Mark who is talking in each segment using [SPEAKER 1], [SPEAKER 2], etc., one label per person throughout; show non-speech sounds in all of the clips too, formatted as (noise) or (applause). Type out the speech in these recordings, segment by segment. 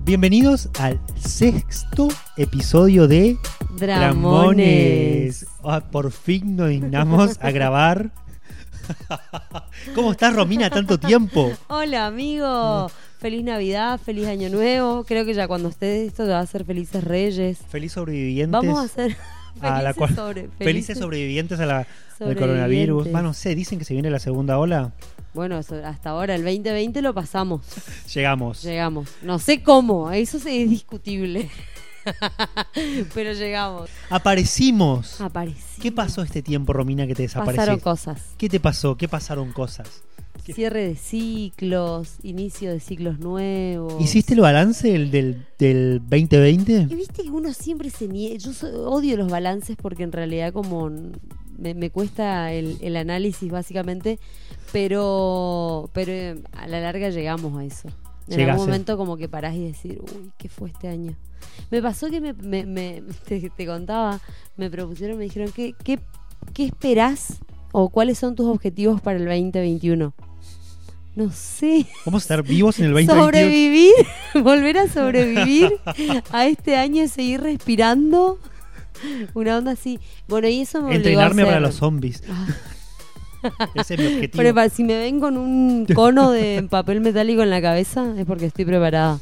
[SPEAKER 1] Bienvenidos al sexto episodio de
[SPEAKER 2] Dramones.
[SPEAKER 1] Ah, por fin nos dignamos a grabar. ¿Cómo estás, Romina? Tanto tiempo.
[SPEAKER 2] Hola,
[SPEAKER 1] Mm.
[SPEAKER 2] amigo. Feliz Navidad, feliz Año Nuevo. Creo que ya cuando esté esto ya va a ser felices Reyes.
[SPEAKER 1] Feliz sobrevivientes.
[SPEAKER 2] Vamos
[SPEAKER 1] (laughs)
[SPEAKER 2] a ser
[SPEAKER 1] a la
[SPEAKER 2] felices
[SPEAKER 1] cual-
[SPEAKER 2] sobre-
[SPEAKER 1] felices sobrevivientes a la, al
[SPEAKER 2] sobrevivientes.
[SPEAKER 1] coronavirus. Ah, no sé, dicen que se viene la segunda ola.
[SPEAKER 2] Bueno, eso- hasta ahora el 2020 lo pasamos,
[SPEAKER 1] Llegamos.
[SPEAKER 2] llegamos. No sé cómo, eso sí es discutible. (laughs) Pero llegamos.
[SPEAKER 1] Aparecimos.
[SPEAKER 2] Apareció.
[SPEAKER 1] ¿Qué pasó este tiempo, Romina, que te
[SPEAKER 2] Ah. Pasaron
[SPEAKER 1] desapareciste?
[SPEAKER 2] cosas.
[SPEAKER 1] ¿Qué te pasó? ¿Qué pasaron cosas? ¿Qué?
[SPEAKER 2] Cierre de ciclos, inicio de ciclos nuevos.
[SPEAKER 1] ¿Hiciste el balance del, del, del 2020?
[SPEAKER 2] Y viste que uno siempre se niega. Yo so- odio los balances porque en realidad, como n- me, me cuesta el, el análisis, básicamente. Pero, pero eh, a la larga llegamos a eso. En
[SPEAKER 1] Llegás,
[SPEAKER 2] algún
[SPEAKER 1] eh.
[SPEAKER 2] momento, como que parás y decir, uy, ¿qué fue este año? Me pasó que me, me- me- (laughs) te, te contaba, me propusieron, me dijeron, ¿qué, qué, ¿qué esperás o cuáles son tus objetivos para el 2021? No sé.
[SPEAKER 1] Vamos a estar vivos en el 2021.
[SPEAKER 2] Sobrevivir, (laughs) volver
[SPEAKER 1] (laughs)
[SPEAKER 2] a sobrevivir a este año y seguir respirando. Una onda así. Bueno, y eso me obligó a
[SPEAKER 1] Entrenarme para
[SPEAKER 2] hacer- Ah.
[SPEAKER 1] los zombies. (laughs) Ese es mi
[SPEAKER 2] (laughs)
[SPEAKER 1] objetivo.
[SPEAKER 2] Pero para- si me ven
[SPEAKER 1] (laughs)
[SPEAKER 2] con un cono de papel metálico en la cabeza es porque estoy preparada.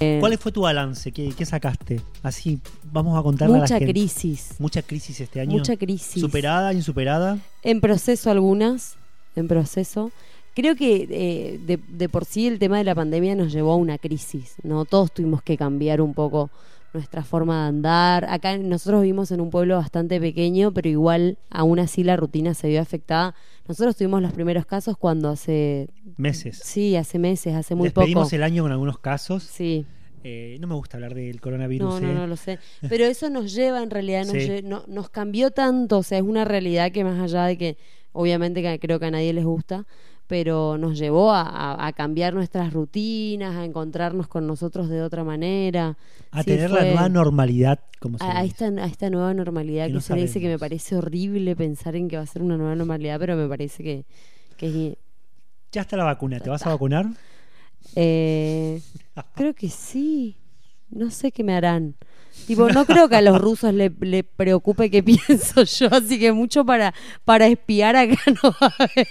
[SPEAKER 2] Eh,
[SPEAKER 1] ¿Cuál fue tu balance? ¿Qué, qué sacaste? Así, vamos a contarle a la
[SPEAKER 2] mucha
[SPEAKER 1] gente.
[SPEAKER 2] crisis,
[SPEAKER 1] Mucha crisis este año.
[SPEAKER 2] mucha crisis.
[SPEAKER 1] Superada, insuperada.
[SPEAKER 2] En proceso algunas, en proceso. Creo que eh, de, de por sí el tema de la pandemia nos llevó a una crisis, ¿no? Todos tuvimos que cambiar un poco nuestra forma de andar. Acá nosotros vivimos en un pueblo bastante pequeño, pero igual aún así la rutina se vio afectada. Nosotros tuvimos los primeros casos cuando hace,
[SPEAKER 1] Meses.
[SPEAKER 2] sí, hace meses, hace muy
[SPEAKER 1] Despedimos
[SPEAKER 2] poco.
[SPEAKER 1] el año con algunos casos.
[SPEAKER 2] Sí.
[SPEAKER 1] Eh, no me gusta hablar del coronavirus.
[SPEAKER 2] No, no,
[SPEAKER 1] eh.
[SPEAKER 2] no lo sé. Pero eso nos lleva, en realidad, nos,
[SPEAKER 1] Sí.
[SPEAKER 2] lle- no- nos cambió tanto. O sea, es una realidad que más allá de que, obviamente, que creo que a nadie les gusta, pero nos llevó a, a- a cambiar nuestras rutinas, a encontrarnos con nosotros de otra manera.
[SPEAKER 1] A
[SPEAKER 2] Sí,
[SPEAKER 1] tener la
[SPEAKER 2] fue-
[SPEAKER 1] nueva normalidad, como se
[SPEAKER 2] a, a
[SPEAKER 1] dice.
[SPEAKER 2] esta, a esta nueva normalidad
[SPEAKER 1] Que
[SPEAKER 2] que,
[SPEAKER 1] no
[SPEAKER 2] se le dice que me
[SPEAKER 1] sabemos.
[SPEAKER 2] parece horrible pensar en que va a ser una nueva normalidad, pero me parece que, que es.
[SPEAKER 1] Ya está la vacuna. ¿Te vas a vacunar?
[SPEAKER 2] Eh, creo que sí. No sé qué me harán. Tipo, no creo que a los rusos le, le preocupe qué (laughs) pienso yo, así que mucho para, para espiar acá no (laughs) va a haber.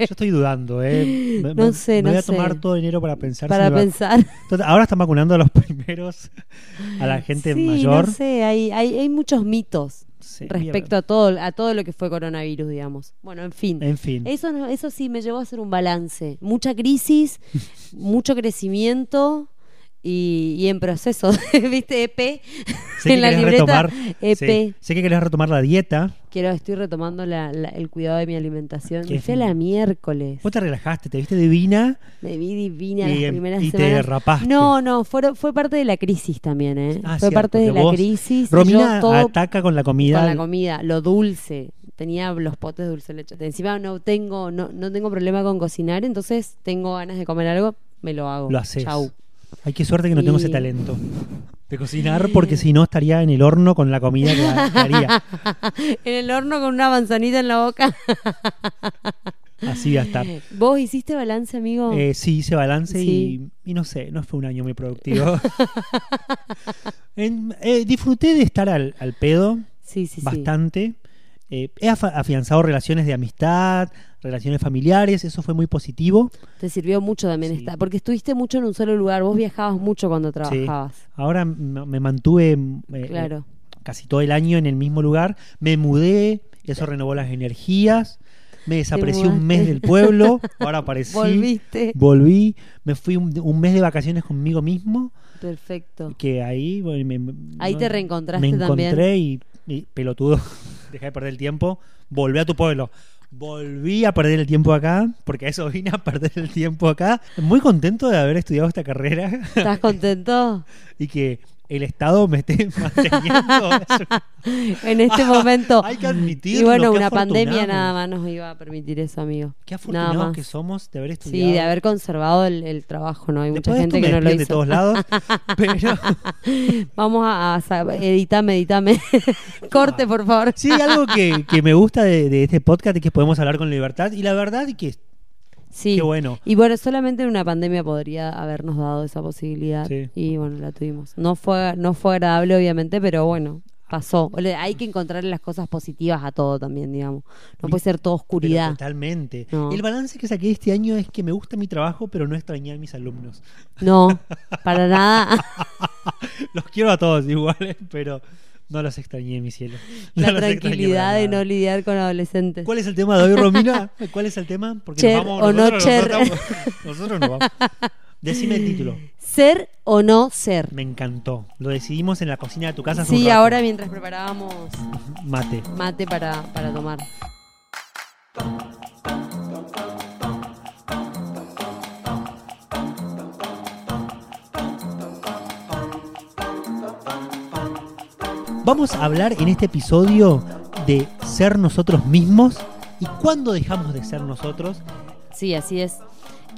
[SPEAKER 1] Yo estoy dudando,
[SPEAKER 2] (laughs)
[SPEAKER 1] ¿eh? Me-
[SPEAKER 2] No
[SPEAKER 1] me-
[SPEAKER 2] sé,
[SPEAKER 1] me
[SPEAKER 2] no
[SPEAKER 1] voy a
[SPEAKER 2] sé.
[SPEAKER 1] tomar todo enero para pensar. si me
[SPEAKER 2] Para
[SPEAKER 1] va-
[SPEAKER 2] pensar.
[SPEAKER 1] Total, Ahora están vacunando a los (laughs) primeros, a la gente
[SPEAKER 2] sí,
[SPEAKER 1] mayor. Eh,
[SPEAKER 2] No sé, hay, hay, hay muchos mitos
[SPEAKER 1] Sí,
[SPEAKER 2] respecto a todo, a todo lo que fue coronavirus, digamos. Bueno, en fin.
[SPEAKER 1] En fin.
[SPEAKER 2] Eso, no- eso sí me llevó a hacer un balance.
[SPEAKER 1] (laughs)
[SPEAKER 2] Mucha crisis, mucho crecimiento y, y en proceso, (laughs) ¿viste? E EP.
[SPEAKER 1] Sé que
[SPEAKER 2] en la
[SPEAKER 1] querés
[SPEAKER 2] libreta E
[SPEAKER 1] retomar,
[SPEAKER 2] EP.
[SPEAKER 1] sé, sé que querés retomar la dieta.
[SPEAKER 2] Quiero, estoy retomando la- la- el cuidado de mi alimentación.
[SPEAKER 1] Qué
[SPEAKER 2] Me fui a la
[SPEAKER 1] genial.
[SPEAKER 2] miércoles.
[SPEAKER 1] Vos te relajaste, te viste divina.
[SPEAKER 2] Me vi divina
[SPEAKER 1] Y, em,
[SPEAKER 2] las primeras
[SPEAKER 1] y te
[SPEAKER 2] semanas.
[SPEAKER 1] derrapaste.
[SPEAKER 2] No, no, fueron- fue, parte de la crisis también, ¿eh?
[SPEAKER 1] Ah,
[SPEAKER 2] fue
[SPEAKER 1] cierto,
[SPEAKER 2] parte de
[SPEAKER 1] que
[SPEAKER 2] la
[SPEAKER 1] vos-
[SPEAKER 2] crisis.
[SPEAKER 1] Romina
[SPEAKER 2] Yo todo
[SPEAKER 1] ataca con la comida.
[SPEAKER 2] con la comida, lo dulce. Tenía los potes de dulce de leche. Encima no tengo, no, no tengo problema con cocinar, entonces tengo ganas de comer algo, me lo hago.
[SPEAKER 1] Lo haces.
[SPEAKER 2] Chau.
[SPEAKER 1] Ay, qué suerte que no tengo ese
[SPEAKER 2] Y-
[SPEAKER 1] talento de cocinar, porque si no estaría en el horno con la comida que que
[SPEAKER 2] (laughs)
[SPEAKER 1] haría.
[SPEAKER 2] en el horno con una manzanita en la boca.
[SPEAKER 1] Así va a estar.
[SPEAKER 2] (laughs) ¿Vos hiciste balance, amigo?
[SPEAKER 1] Eh, sí, hice balance
[SPEAKER 2] Sí.
[SPEAKER 1] Y, y no sé, no fue un año muy productivo. (laughs) En- eh, disfruté de estar al, al pedo
[SPEAKER 2] sí, sí, sí.
[SPEAKER 1] bastante. Eh, he afa- afianzado relaciones de amistad, relaciones familiares, eso fue muy positivo.
[SPEAKER 2] Te sirvió mucho también
[SPEAKER 1] Sí.
[SPEAKER 2] esta, porque estuviste mucho en un solo lugar, vos viajabas mucho cuando trabajabas.
[SPEAKER 1] Ahora m- me mantuve eh,
[SPEAKER 2] Claro.
[SPEAKER 1] casi todo el año en el mismo lugar. Me mudé, eso renovó las energías. Me desaparecí un mes
[SPEAKER 2] mudaste.
[SPEAKER 1] del
[SPEAKER 2] (laughs)
[SPEAKER 1] pueblo, ahora aparecí.
[SPEAKER 2] Volviste.
[SPEAKER 1] Volví, me fui un, un mes de vacaciones conmigo mismo,
[SPEAKER 2] Perfecto.
[SPEAKER 1] que ahí... bueno, me- me-
[SPEAKER 2] Ahí
[SPEAKER 1] no-
[SPEAKER 2] te reencontraste
[SPEAKER 1] Me encontré
[SPEAKER 2] también.
[SPEAKER 1] Y, y, pelotudo, (laughs) dejé de perder el tiempo, volví a tu pueblo. Volví a perder el tiempo acá, porque a eso vine a perder el tiempo acá. Muy contento de haber estudiado esta carrera
[SPEAKER 2] ¿Estás contento?
[SPEAKER 1] (laughs)
[SPEAKER 2] (laughs)
[SPEAKER 1] y que el Estado me esté (laughs)
[SPEAKER 2] (laughs)
[SPEAKER 1] manteniendo. (laughs)
[SPEAKER 2] en este momento.
[SPEAKER 1] Hay que admitirlo.
[SPEAKER 2] Y bueno,
[SPEAKER 1] qué
[SPEAKER 2] una pandemia
[SPEAKER 1] afortunados.
[SPEAKER 2] nada más nos iba a permitir eso, amigo.
[SPEAKER 1] Qué
[SPEAKER 2] Nada
[SPEAKER 1] afortunados
[SPEAKER 2] más.
[SPEAKER 1] que somos de haber estudiado.
[SPEAKER 2] Sí, de haber conservado el, el trabajo, ¿no? Hay mucha
[SPEAKER 1] Después
[SPEAKER 2] gente
[SPEAKER 1] esto
[SPEAKER 2] que
[SPEAKER 1] me
[SPEAKER 2] no lo
[SPEAKER 1] despiden de
[SPEAKER 2] hizo.
[SPEAKER 1] todos lados, pero
[SPEAKER 2] (laughs) Vamos a, a sa- editame, editame. (laughs)
[SPEAKER 1] Ah.
[SPEAKER 2] Corte, por favor.
[SPEAKER 1] sí, algo que, que me gusta de, de este podcast es que podemos hablar con libertad y la verdad es que
[SPEAKER 2] Sí.
[SPEAKER 1] Qué bueno.
[SPEAKER 2] Y bueno, solamente en una pandemia podría habernos dado esa posibilidad.
[SPEAKER 1] Sí.
[SPEAKER 2] Y bueno, la tuvimos. No fue, no fue agradable, obviamente, pero bueno, pasó. O le- Hay que encontrar las cosas positivas a todo también, digamos. No
[SPEAKER 1] Y-
[SPEAKER 2] puede ser toda
[SPEAKER 1] Pero
[SPEAKER 2] oscuridad.
[SPEAKER 1] totalmente.
[SPEAKER 2] No.
[SPEAKER 1] El balance que saqué este año es que me gusta mi trabajo, pero no extrañé a mis alumnos. (laughs)
[SPEAKER 2] No, para nada.
[SPEAKER 1] Los quiero a todos iguales, pero no los extrañé, mi cielo. No
[SPEAKER 2] la
[SPEAKER 1] los extrañé para
[SPEAKER 2] tranquilidad de
[SPEAKER 1] nada.
[SPEAKER 2] no lidiar con adolescentes.
[SPEAKER 1] ¿Cuál es el tema de hoy, Romina? ¿Cuál es el tema? Porque
[SPEAKER 2] Cher o no
[SPEAKER 1] nosotros,
[SPEAKER 2] Cher.
[SPEAKER 1] Nosotros, estamos- nosotros nos vamos. Decime el título.
[SPEAKER 2] Ser o no ser.
[SPEAKER 1] Me encantó. Lo decidimos en la cocina de tu casa. hace un
[SPEAKER 2] Sí,
[SPEAKER 1] rato.
[SPEAKER 2] ahora mientras preparábamos
[SPEAKER 1] Mate.
[SPEAKER 2] mate para, para tomar.
[SPEAKER 1] Vamos a hablar en este episodio de ser nosotros mismos y cuándo dejamos de ser nosotros.
[SPEAKER 2] Sí, así es.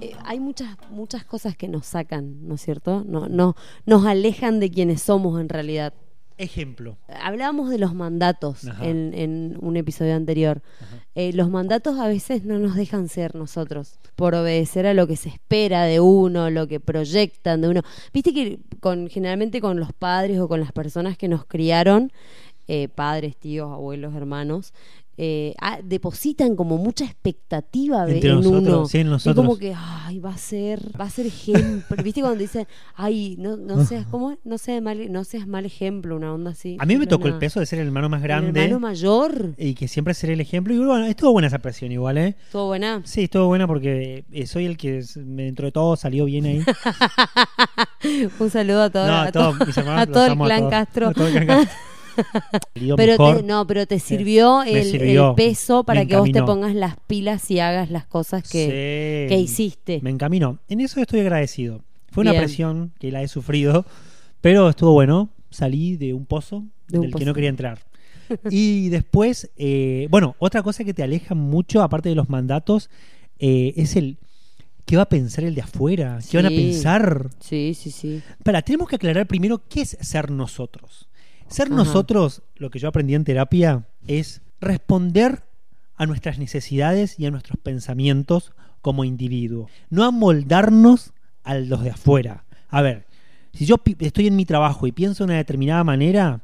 [SPEAKER 2] Eh, hay muchas muchas cosas que nos sacan, ¿no es cierto? No, no, nos alejan de quienes somos en realidad.
[SPEAKER 1] Ejemplo.
[SPEAKER 2] Hablábamos de los mandatos
[SPEAKER 1] Ajá.
[SPEAKER 2] en, en un episodio anterior. Eh, los mandatos a veces no nos dejan ser nosotros por obedecer a lo que se espera de uno, lo que proyectan de uno. Viste que con, generalmente con los padres o con las personas que nos criaron, eh, padres, tíos, abuelos, hermanos, eh, ah, depositan como mucha expectativa de-
[SPEAKER 1] Entre
[SPEAKER 2] en
[SPEAKER 1] nosotros,
[SPEAKER 2] uno.
[SPEAKER 1] sí, en
[SPEAKER 2] Es
[SPEAKER 1] nosotros.
[SPEAKER 2] como que, ay, va a ser, va a ser ejemplo. Viste cuando dicen, ay, no, no seas, ¿cómo? es? No seas mal, no seas mal ejemplo, una onda así.
[SPEAKER 1] A mí me
[SPEAKER 2] Pero
[SPEAKER 1] tocó el
[SPEAKER 2] nada.
[SPEAKER 1] peso de ser el hermano más
[SPEAKER 2] El
[SPEAKER 1] grande
[SPEAKER 2] hermano mayor.
[SPEAKER 1] y que siempre ser el ejemplo. Y bueno, estuvo buena esa presión igual, ¿eh?
[SPEAKER 2] Todo buena.
[SPEAKER 1] Sí, estuvo buena porque eh, soy el que es- dentro de todo salió bien
[SPEAKER 2] (laughs)
[SPEAKER 1] ahí.
[SPEAKER 2] Un saludo a, todo,
[SPEAKER 1] No,
[SPEAKER 2] a,
[SPEAKER 1] a todos
[SPEAKER 2] todo-
[SPEAKER 1] mis hermanos,
[SPEAKER 2] (laughs) a
[SPEAKER 1] los
[SPEAKER 2] todo el
[SPEAKER 1] amo a
[SPEAKER 2] clan
[SPEAKER 1] todos.
[SPEAKER 2] Castro.
[SPEAKER 1] A todo el clan
[SPEAKER 2] (laughs)
[SPEAKER 1] Castro. Salió
[SPEAKER 2] Pero te,
[SPEAKER 1] mejor.
[SPEAKER 2] no, pero te sirvió,
[SPEAKER 1] me
[SPEAKER 2] el, el
[SPEAKER 1] sirvió,
[SPEAKER 2] peso para
[SPEAKER 1] me
[SPEAKER 2] que vos te
[SPEAKER 1] encaminó.
[SPEAKER 2] pongas las pilas y hagas las cosas que,
[SPEAKER 1] Sí.
[SPEAKER 2] que hiciste.
[SPEAKER 1] Me encaminó. En eso estoy agradecido. Fue una
[SPEAKER 2] Bien.
[SPEAKER 1] presión que la he sufrido, pero estuvo bueno. Salí de un pozo
[SPEAKER 2] De un
[SPEAKER 1] del
[SPEAKER 2] pozo.
[SPEAKER 1] que no quería
[SPEAKER 2] (laughs)
[SPEAKER 1] entrar. Y después, eh, bueno, otra cosa que te aleja mucho, aparte de los mandatos, eh, es el qué va a pensar el de afuera, qué van a
[SPEAKER 2] Sí.
[SPEAKER 1] pensar.
[SPEAKER 2] Sí, sí, sí.
[SPEAKER 1] Para, tenemos que aclarar primero qué es ser nosotros. Ser
[SPEAKER 2] Ajá.
[SPEAKER 1] nosotros, lo que yo aprendí en terapia, es responder a nuestras necesidades y a nuestros pensamientos como individuo. No amoldarnos a los de afuera. A ver, si yo pi- estoy en mi trabajo y pienso de una determinada manera,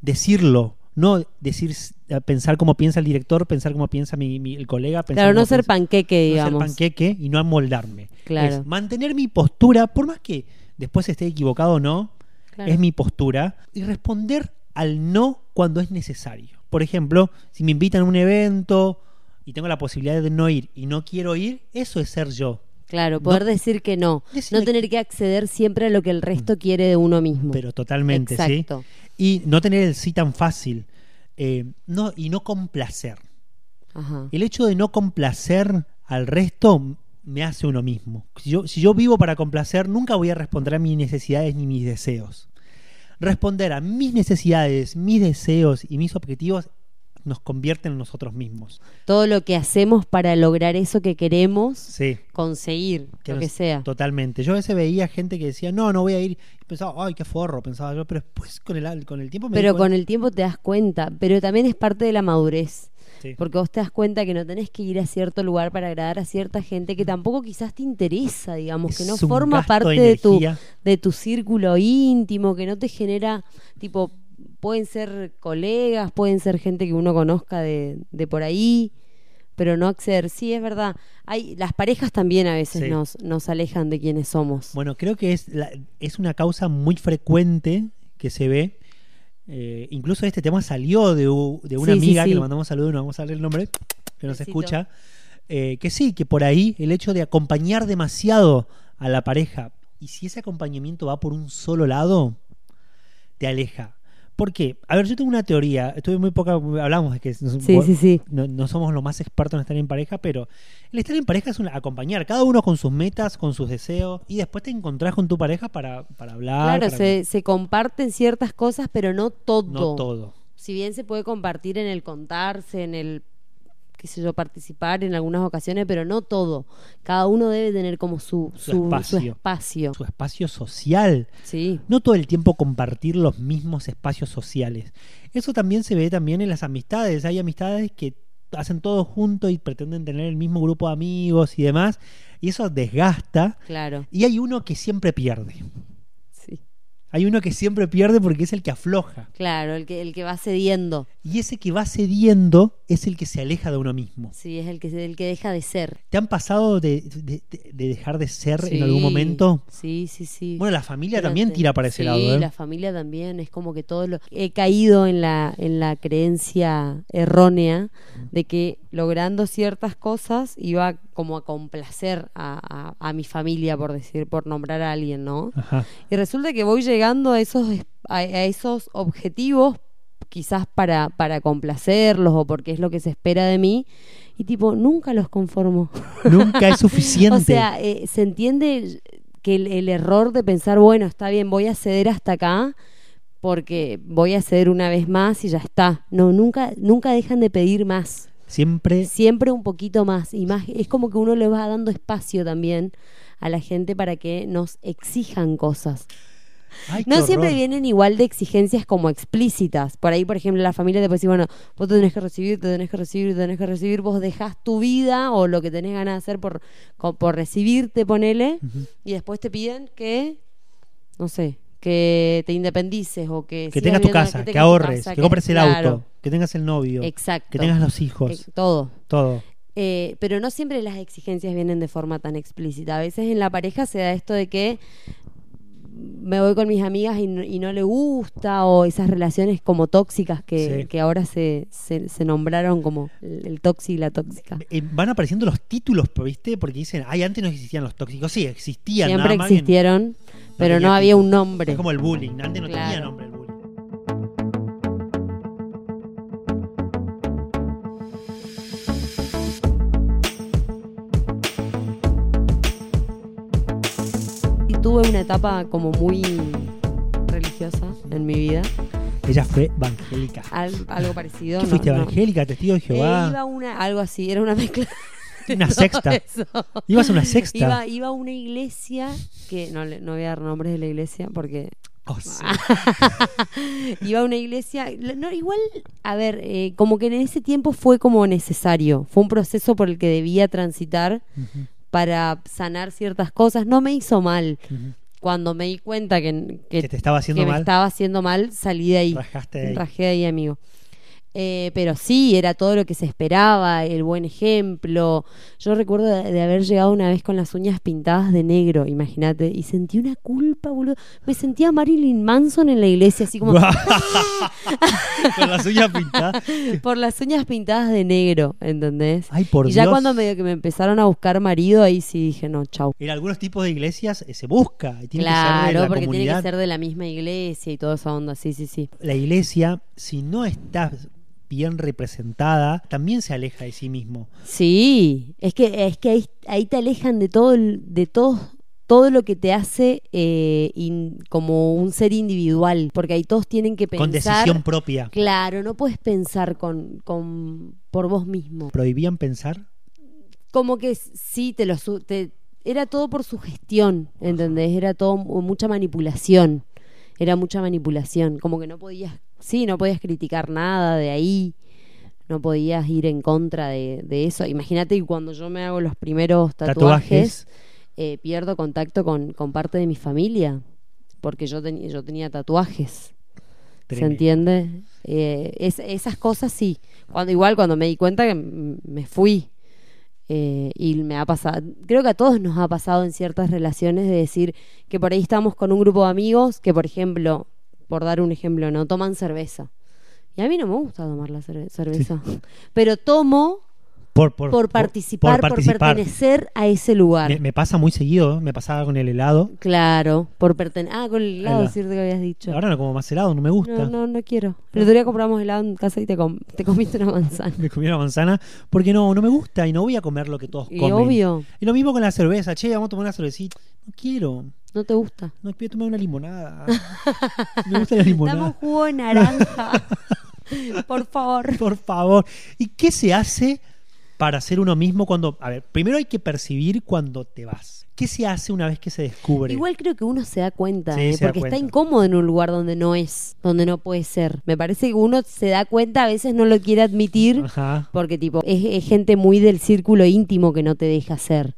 [SPEAKER 1] decirlo, no decir pensar como piensa el director, pensar como piensa mi, mi- el colega, pensar
[SPEAKER 2] Claro, no
[SPEAKER 1] cómo
[SPEAKER 2] ser
[SPEAKER 1] piensa-
[SPEAKER 2] panqueque,
[SPEAKER 1] no ser
[SPEAKER 2] digamos.
[SPEAKER 1] panqueque y no amoldarme.
[SPEAKER 2] Claro.
[SPEAKER 1] Es mantener mi postura, por más que después esté equivocado o no,
[SPEAKER 2] Claro.
[SPEAKER 1] es mi postura, y responder al no cuando es necesario. Por ejemplo, si me invitan a un evento y tengo la posibilidad de no ir y no quiero ir, eso es ser yo.
[SPEAKER 2] Claro, poder
[SPEAKER 1] No-
[SPEAKER 2] decir que no.
[SPEAKER 1] Decirle Mm.
[SPEAKER 2] no tener que acceder siempre a lo que el resto quiere de uno mismo.
[SPEAKER 1] Pero totalmente,
[SPEAKER 2] Exacto.
[SPEAKER 1] ¿sí? Y no tener el sí tan fácil. eh, no, y no complacer.
[SPEAKER 2] Ajá.
[SPEAKER 1] El hecho de no complacer al resto me hace uno mismo. Si yo, si yo vivo para complacer, nunca voy a responder a mis necesidades ni mis deseos. Responder a mis necesidades, mis deseos y mis objetivos nos convierte en nosotros mismos.
[SPEAKER 2] Todo lo que hacemos para lograr eso que queremos
[SPEAKER 1] Sí.
[SPEAKER 2] conseguir,
[SPEAKER 1] que
[SPEAKER 2] lo
[SPEAKER 1] nos-
[SPEAKER 2] que sea.
[SPEAKER 1] Totalmente. Yo a veces veía gente que decía, no, no voy a ir. Y pensaba, ay, qué forro, pensaba yo. Pero después con el, con el tiempo me di
[SPEAKER 2] Pero con
[SPEAKER 1] cuenta-
[SPEAKER 2] el tiempo te das cuenta. Pero también es parte de la madurez.
[SPEAKER 1] Sí.
[SPEAKER 2] Porque vos te das cuenta que no tenés que ir a cierto lugar para agradar a cierta gente que tampoco quizás te interesa, digamos, que
[SPEAKER 1] Es
[SPEAKER 2] no
[SPEAKER 1] un
[SPEAKER 2] forma
[SPEAKER 1] gasto de
[SPEAKER 2] parte de tu,
[SPEAKER 1] energía.
[SPEAKER 2] de tu círculo íntimo, que no te genera, tipo, pueden ser colegas, pueden ser gente que uno conozca de, de por ahí, pero no acceder. Sí, es verdad. Hay, las parejas también a veces
[SPEAKER 1] Sí.
[SPEAKER 2] nos, nos alejan de quienes somos.
[SPEAKER 1] Bueno, creo que es, la- es una causa muy frecuente que se ve. Eh, incluso este tema salió de, u- de una
[SPEAKER 2] Sí, sí,
[SPEAKER 1] amiga
[SPEAKER 2] sí.
[SPEAKER 1] que le mandamos saludos, no vamos a darle el nombre, que nos
[SPEAKER 2] Besito.
[SPEAKER 1] escucha. eh, que sí, que por ahí el hecho de acompañar demasiado a la pareja y si ese acompañamiento va por un solo lado, te aleja. ¿Por qué? A ver, yo tengo una teoría, estuve muy poca, hablamos de que nos-
[SPEAKER 2] sí, sí, sí.
[SPEAKER 1] no, no somos los más expertos en estar en pareja, pero el estar en pareja es un, acompañar, cada uno con sus metas, con sus deseos, y después te encontrás con tu pareja para, para hablar.
[SPEAKER 2] Claro,
[SPEAKER 1] ah, para-
[SPEAKER 2] se, se comparten ciertas cosas, pero no todo.
[SPEAKER 1] No todo.
[SPEAKER 2] Si bien se puede compartir en el contarse, en el, qué sé yo, participar en algunas ocasiones, pero no todo. Cada uno debe tener como su,
[SPEAKER 1] Su
[SPEAKER 2] su-
[SPEAKER 1] espacio.
[SPEAKER 2] su espacio.
[SPEAKER 1] Su espacio social.
[SPEAKER 2] Sí,
[SPEAKER 1] No todo el tiempo compartir los mismos espacios sociales. Eso también se ve también en las amistades. Hay amistades que hacen todo junto y pretenden tener el mismo grupo de amigos y demás, y eso desgasta.
[SPEAKER 2] Claro,
[SPEAKER 1] Y hay uno que siempre pierde.
[SPEAKER 2] sí.
[SPEAKER 1] Hay uno que siempre pierde porque es el que afloja.
[SPEAKER 2] Claro, el que, el que va cediendo.
[SPEAKER 1] Y ese que va cediendo es el que se aleja de uno mismo.
[SPEAKER 2] Sí, es el que, el que deja de ser.
[SPEAKER 1] ¿Te han pasado de, de- de- de dejar de ser
[SPEAKER 2] Sí,
[SPEAKER 1] en algún momento?
[SPEAKER 2] Sí, sí, sí.
[SPEAKER 1] Bueno, la familia
[SPEAKER 2] Pero
[SPEAKER 1] también
[SPEAKER 2] te-
[SPEAKER 1] tira para ese
[SPEAKER 2] sí,
[SPEAKER 1] lado. ¿eh?
[SPEAKER 2] la familia también. Es como que todo lo. He caído en la, en la creencia errónea de que logrando ciertas cosas iba como a complacer a, a- a mi familia, por decir, por nombrar a alguien, ¿no?
[SPEAKER 1] Ajá.
[SPEAKER 2] Y resulta que voy llegando a esos, es- a, a esos objetivos, quizás para, para complacerlos o porque es lo que se espera de mí. Y tipo, nunca los conformo. (laughs)
[SPEAKER 1] Nunca es suficiente.
[SPEAKER 2] O sea, eh, se entiende que el, el error de pensar, bueno, está bien, voy a ceder hasta acá porque voy a ceder una vez más y ya está. No, nunca, nunca dejan de pedir más.
[SPEAKER 1] Siempre
[SPEAKER 2] Siempre un poquito más. Y más es como que uno le va dando espacio también a la gente para que nos exijan cosas.
[SPEAKER 1] Ay, qué
[SPEAKER 2] No siempre
[SPEAKER 1] horror.
[SPEAKER 2] vienen igual de exigencias como explícitas. Por ahí, por ejemplo, la familia te puede decir, bueno, vos te tenés que recibir, te tenés que recibir, te tenés que recibir, vos dejás tu vida o lo que tenés ganas de hacer por, co- por recibirte, ponele,
[SPEAKER 1] Ujú.
[SPEAKER 2] y después te piden que, no sé, que te independices o que...
[SPEAKER 1] Que tengas
[SPEAKER 2] sigas
[SPEAKER 1] tu
[SPEAKER 2] viviendo-
[SPEAKER 1] casa, que,
[SPEAKER 2] tengas tu
[SPEAKER 1] ahorres,
[SPEAKER 2] casa,
[SPEAKER 1] que, compres el
[SPEAKER 2] claro,
[SPEAKER 1] auto, que tengas el novio,
[SPEAKER 2] Exacto.
[SPEAKER 1] que tengas los hijos,
[SPEAKER 2] Eh, todo.
[SPEAKER 1] todo.
[SPEAKER 2] Eh, pero no siempre las exigencias vienen de forma tan explícita. A veces en la pareja se da esto de que me voy con mis amigas y, no- y no le gusta, o esas relaciones como tóxicas que,
[SPEAKER 1] Sí.
[SPEAKER 2] que ahora se, se, se nombraron como el, el tóxico y la tóxica.
[SPEAKER 1] Eh, van apareciendo los títulos, pues, ¿viste? Porque dicen, ay, antes no existían los tóxicos. Sí, existían.
[SPEAKER 2] Siempre
[SPEAKER 1] nada más que-
[SPEAKER 2] existieron, pero
[SPEAKER 1] tenía
[SPEAKER 2] no había
[SPEAKER 1] título.
[SPEAKER 2] un nombre.
[SPEAKER 1] Es como el bullying, antes no tenía
[SPEAKER 2] Claro.
[SPEAKER 1] nombre el bullying.
[SPEAKER 2] Y tuve una etapa como muy religiosa en mi vida,
[SPEAKER 1] Ella fue evangélica.
[SPEAKER 2] al- algo parecido.
[SPEAKER 1] ¿Qué
[SPEAKER 2] no,
[SPEAKER 1] fuiste
[SPEAKER 2] no.
[SPEAKER 1] evangélica, testigo de
[SPEAKER 2] Eh,
[SPEAKER 1] Jehová?
[SPEAKER 2] iba una, algo así, era una mezcla. de
[SPEAKER 1] Una
[SPEAKER 2] todo
[SPEAKER 1] sexta.
[SPEAKER 2] eso.
[SPEAKER 1] Ibas a una sexta.
[SPEAKER 2] Iba, iba a una iglesia que no, le- no voy a dar nombres de la iglesia porque (laughs)
[SPEAKER 1] Oh, sí.
[SPEAKER 2] Ah. iba a una iglesia. No, igual, a ver, eh, como que en ese tiempo fue como necesario, fue un proceso por el que debía transitar
[SPEAKER 1] Ujú,
[SPEAKER 2] para sanar ciertas cosas. No me hizo mal.
[SPEAKER 1] ujú.
[SPEAKER 2] Cuando me di cuenta que, que-
[SPEAKER 1] Que te estaba haciendo
[SPEAKER 2] que me
[SPEAKER 1] mal.
[SPEAKER 2] estaba haciendo mal, salí de ahí.
[SPEAKER 1] Rajaste ahí.
[SPEAKER 2] Rajé de ahí, amigo. Eh, pero sí, era todo lo que se esperaba, el buen ejemplo. Yo recuerdo de, de haber llegado una vez con las uñas pintadas de negro, imagínate, y sentí una culpa, boludo. Me sentía Marilyn Manson en la iglesia, así como
[SPEAKER 1] (laughs) Con las uñas pintadas.
[SPEAKER 2] por las uñas pintadas de negro, ¿entendés?
[SPEAKER 1] Ay, por
[SPEAKER 2] y ya
[SPEAKER 1] Dios.
[SPEAKER 2] cuando medio que me empezaron a buscar marido, ahí sí dije, no, chau.
[SPEAKER 1] En algunos tipos de iglesias eh, se busca. y Tiene que ser de
[SPEAKER 2] Claro,
[SPEAKER 1] la
[SPEAKER 2] porque tiene
[SPEAKER 1] comunidad.
[SPEAKER 2] que ser de la misma iglesia y toda esa onda, sí, sí, sí.
[SPEAKER 1] la iglesia, si no está bien representada, también se aleja de sí mismo.
[SPEAKER 2] Sí, es que es que ahí, ahí te alejan de todo el- de todo todo lo que te hace eh, in- como un ser individual, porque ahí todos tienen que pensar.
[SPEAKER 1] Con decisión propia.
[SPEAKER 2] Claro, no puedes pensar con, con por vos mismo.
[SPEAKER 1] ¿Prohibían pensar?
[SPEAKER 2] Como que s- sí te lo su- te- era todo por su gestión, ¿entendés? Era todo mu- mucha manipulación. Era mucha manipulación, como que no podías, sí, no podías criticar nada de ahí no podías ir en contra de, de eso. Imagínate que cuando yo me hago los primeros tatuajes,
[SPEAKER 1] Tatuajes.
[SPEAKER 2] eh, pierdo contacto con, con parte de mi familia, porque yo, teni- yo tenía tatuajes, ¿se
[SPEAKER 1] Tremendo.
[SPEAKER 2] entiende? Eh, es- esas cosas sí. Cuando, igual cuando me di cuenta que m- me fui. eh, y me ha pasado, creo que a todos nos ha pasado en ciertas relaciones de decir que por ahí estamos con un grupo de amigos que, por ejemplo, por dar un ejemplo, no toman cerveza. Y a mí no me gusta tomar la cerve- cerveza. (laughs) Pero tomo
[SPEAKER 1] Por, por-
[SPEAKER 2] por
[SPEAKER 1] por-
[SPEAKER 2] participar, por,
[SPEAKER 1] participar.
[SPEAKER 2] pertenecer a ese lugar.
[SPEAKER 1] Me, me pasa muy seguido, ¿eh? me pasaba con el helado.
[SPEAKER 2] Claro, por pertenecer. Ah, con el helado,
[SPEAKER 1] Ahí va.
[SPEAKER 2] cierto que habías dicho.
[SPEAKER 1] Ahora no como más helado, no me gusta.
[SPEAKER 2] no, no, no quiero. El otro día compramos helado en casa y te, com- te comiste una manzana.
[SPEAKER 1] (laughs) Me comí una manzana porque no, no me gusta y no voy a comer lo que todos
[SPEAKER 2] Y
[SPEAKER 1] comen.
[SPEAKER 2] obvio,
[SPEAKER 1] Y lo mismo con la cerveza. Che, vamos a tomar una cervecita. No quiero.
[SPEAKER 2] no te gusta.
[SPEAKER 1] No quiero tomar una
[SPEAKER 2] (laughs)
[SPEAKER 1] limonada. me gusta la
[SPEAKER 2] Dame
[SPEAKER 1] (laughs)
[SPEAKER 2] un
[SPEAKER 1] limonada.
[SPEAKER 2] jugo de (laughs) naranja. por favor.
[SPEAKER 1] Por favor. ¿Y qué se hace para ser uno mismo cuando... A ver, primero hay que percibir cuando te vas. ¿Qué se hace una vez que se descubre?
[SPEAKER 2] Igual creo que uno se da cuenta,
[SPEAKER 1] Sí,
[SPEAKER 2] ¿eh?
[SPEAKER 1] se da
[SPEAKER 2] porque
[SPEAKER 1] cuenta.
[SPEAKER 2] está incómodo en un lugar donde no es, donde no puede ser. Me parece que uno se da cuenta, a veces no lo
[SPEAKER 1] (laughs)
[SPEAKER 2] quiere admitir,
[SPEAKER 1] Ajá.
[SPEAKER 2] porque tipo, es, es gente muy del círculo íntimo que no te deja ser.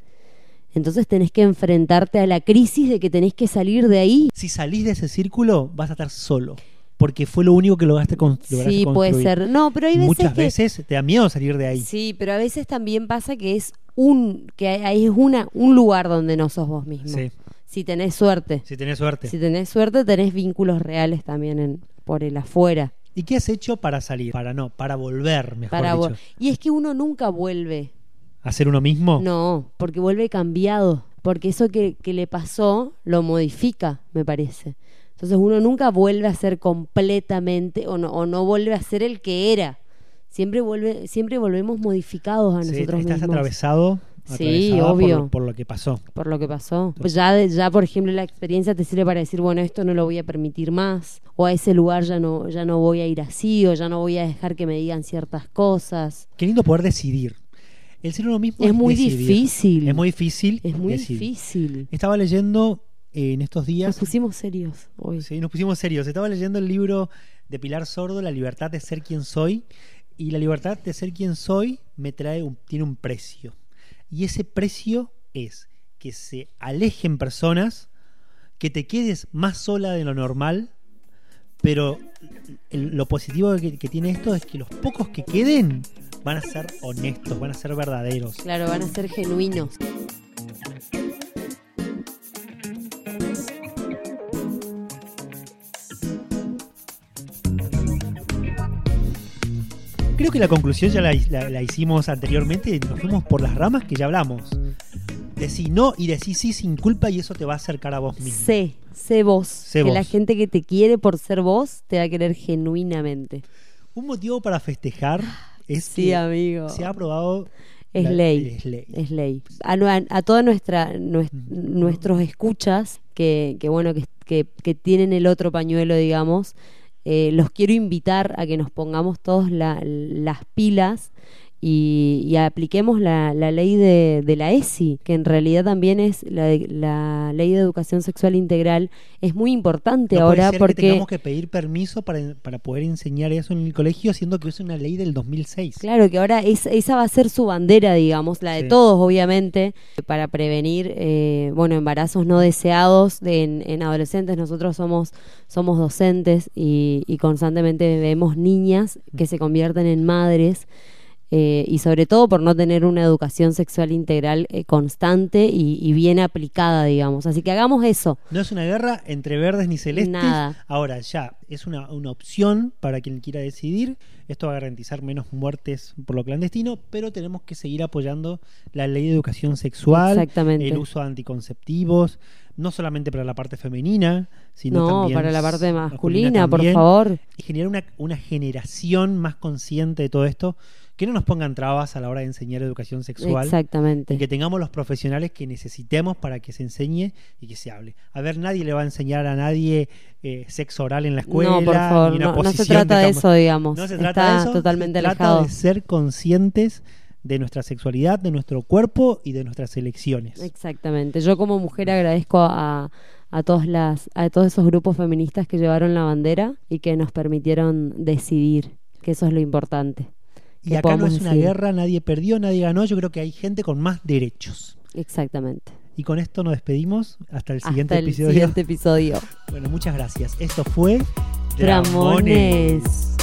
[SPEAKER 2] Entonces tenés que enfrentarte a la crisis de que tenés que salir de ahí.
[SPEAKER 1] Si salís de ese círculo, vas a estar solo. Porque fue lo único que lograste, con- lograste
[SPEAKER 2] sí, puede
[SPEAKER 1] construir.
[SPEAKER 2] ser. No, pero hay veces
[SPEAKER 1] Muchas
[SPEAKER 2] que...
[SPEAKER 1] veces te da miedo salir de ahí.
[SPEAKER 2] Sí, pero a veces también pasa que es un que ahí es una un lugar donde no sos vos mismo.
[SPEAKER 1] Sí.
[SPEAKER 2] Si tenés suerte.
[SPEAKER 1] Si tenés suerte.
[SPEAKER 2] Si tenés suerte tenés vínculos reales también en, por el afuera.
[SPEAKER 1] ¿Y qué has hecho para salir? Para no, para volver, mejor
[SPEAKER 2] Para
[SPEAKER 1] dicho.
[SPEAKER 2] vo- y es que uno nunca vuelve.
[SPEAKER 1] ¿A ser uno mismo?
[SPEAKER 2] No, porque vuelve cambiado, porque eso que, que le pasó lo modifica, me parece. Entonces uno nunca vuelve a ser completamente o no, o no vuelve a ser el que era. Siempre vuelve siempre volvemos modificados a
[SPEAKER 1] Sí,
[SPEAKER 2] nosotros
[SPEAKER 1] estás
[SPEAKER 2] mismos.
[SPEAKER 1] atravesado,
[SPEAKER 2] Sí,
[SPEAKER 1] atravesada por-
[SPEAKER 2] obvio.
[SPEAKER 1] Por, lo que pasó.
[SPEAKER 2] por lo que pasó. Pues ya, de- ya, por ejemplo, la experiencia te sirve para decir, bueno, esto no lo voy a permitir más, o a ese lugar ya no, ya no voy a ir así, o ya no voy a dejar que me digan ciertas cosas.
[SPEAKER 1] Qué lindo poder decidir. El ser uno mismo
[SPEAKER 2] Es muy
[SPEAKER 1] decidir.
[SPEAKER 2] difícil.
[SPEAKER 1] Es muy difícil.
[SPEAKER 2] Es muy
[SPEAKER 1] decidir.
[SPEAKER 2] difícil.
[SPEAKER 1] Estaba leyendo eh, en estos
[SPEAKER 2] Nos
[SPEAKER 1] días.
[SPEAKER 2] pusimos serios hoy.
[SPEAKER 1] Sí, nos pusimos serios. Estaba leyendo el libro de Pilar Sordo, La libertad de ser quien soy. Y la libertad de ser quien soy me trae un- tiene un precio. Y ese precio es que se alejen personas, que te quedes más sola de lo normal. Pero el- lo positivo que, que tiene esto es que los pocos que queden van a ser honestos, van a ser verdaderos.
[SPEAKER 2] Claro, van a ser genuinos.
[SPEAKER 1] Creo que la conclusión ya la, la- la hicimos anteriormente, nos fuimos por las ramas que ya hablamos. Decí no y decí sí sin culpa y eso te va a acercar a vos mismo.
[SPEAKER 2] Sé, sé vos.
[SPEAKER 1] Sé
[SPEAKER 2] que
[SPEAKER 1] vos.
[SPEAKER 2] la gente que te quiere por ser vos te va a querer genuinamente.
[SPEAKER 1] Un motivo para festejar es
[SPEAKER 2] Sí,
[SPEAKER 1] que
[SPEAKER 2] amigo.
[SPEAKER 1] se ha aprobado...
[SPEAKER 2] Es
[SPEAKER 1] la-
[SPEAKER 2] ley.
[SPEAKER 1] Es ley.
[SPEAKER 2] es ley. A, nu- a todos nuestros escuchas que, que bueno que, que- que tienen el otro pañuelo, digamos, eh, los quiero invitar a que nos pongamos todos la- las pilas y, y apliquemos la, la ley de, de la ESI, que en realidad también es la, de- la ley de educación sexual integral. Es muy importante
[SPEAKER 1] No puede
[SPEAKER 2] ahora
[SPEAKER 1] ser
[SPEAKER 2] porque...
[SPEAKER 1] que tengamos que pedir permiso para, para poder enseñar eso en el colegio, siendo que es una ley del 2006.
[SPEAKER 2] Claro, que ahora es- esa va a ser su bandera, digamos, la de
[SPEAKER 1] Sí.
[SPEAKER 2] todos, obviamente, para prevenir, eh, bueno, embarazos no deseados de- en, en adolescentes. Nosotros somos, somos docentes y, y constantemente vemos niñas que se convierten en madres. eh, y sobre todo por no tener una educación sexual integral eh, constante y, y bien aplicada, digamos. Así que hagamos eso.
[SPEAKER 1] No es una guerra entre verdes ni celestes.
[SPEAKER 2] Nada.
[SPEAKER 1] Ahora ya es una, una opción para quien quiera decidir. Esto va a garantizar menos muertes por lo clandestino, pero tenemos que seguir apoyando la ley de educación sexual,
[SPEAKER 2] Exactamente.
[SPEAKER 1] el uso de anticonceptivos, no solamente para la parte femenina, sino
[SPEAKER 2] no,
[SPEAKER 1] también
[SPEAKER 2] para la parte masculina, por
[SPEAKER 1] también.
[SPEAKER 2] favor.
[SPEAKER 1] Y generar una, una generación más consciente de todo esto, que no nos pongan trabas a la hora de enseñar educación sexual.
[SPEAKER 2] Exactamente.
[SPEAKER 1] Y que tengamos los profesionales que necesitemos para que se enseñe y que se hable. A ver, nadie le va a enseñar a nadie eh, sexo oral en la escuela.
[SPEAKER 2] No, por favor,
[SPEAKER 1] ni una
[SPEAKER 2] no, no se
[SPEAKER 1] posición
[SPEAKER 2] trata de
[SPEAKER 1] cama-
[SPEAKER 2] eso, digamos.
[SPEAKER 1] No se trata
[SPEAKER 2] Está
[SPEAKER 1] de eso.
[SPEAKER 2] totalmente
[SPEAKER 1] se trata
[SPEAKER 2] alejado.
[SPEAKER 1] de ser conscientes de nuestra sexualidad, de nuestro cuerpo y de nuestras elecciones.
[SPEAKER 2] Exactamente. Yo como mujer agradezco a, a todas las a todos esos grupos feministas que llevaron la bandera y que nos permitieron decidir, que eso es lo importante.
[SPEAKER 1] Y
[SPEAKER 2] que
[SPEAKER 1] acá no
[SPEAKER 2] podamos
[SPEAKER 1] es una
[SPEAKER 2] decidir.
[SPEAKER 1] guerra, nadie perdió, nadie ganó. Yo creo que hay gente con más derechos.
[SPEAKER 2] Exactamente.
[SPEAKER 1] Y con esto nos despedimos hasta el siguiente
[SPEAKER 2] Hasta el
[SPEAKER 1] episodio. (laughs)
[SPEAKER 2] siguiente episodio.
[SPEAKER 1] Bueno, muchas gracias. Esto fue
[SPEAKER 2] Dramones.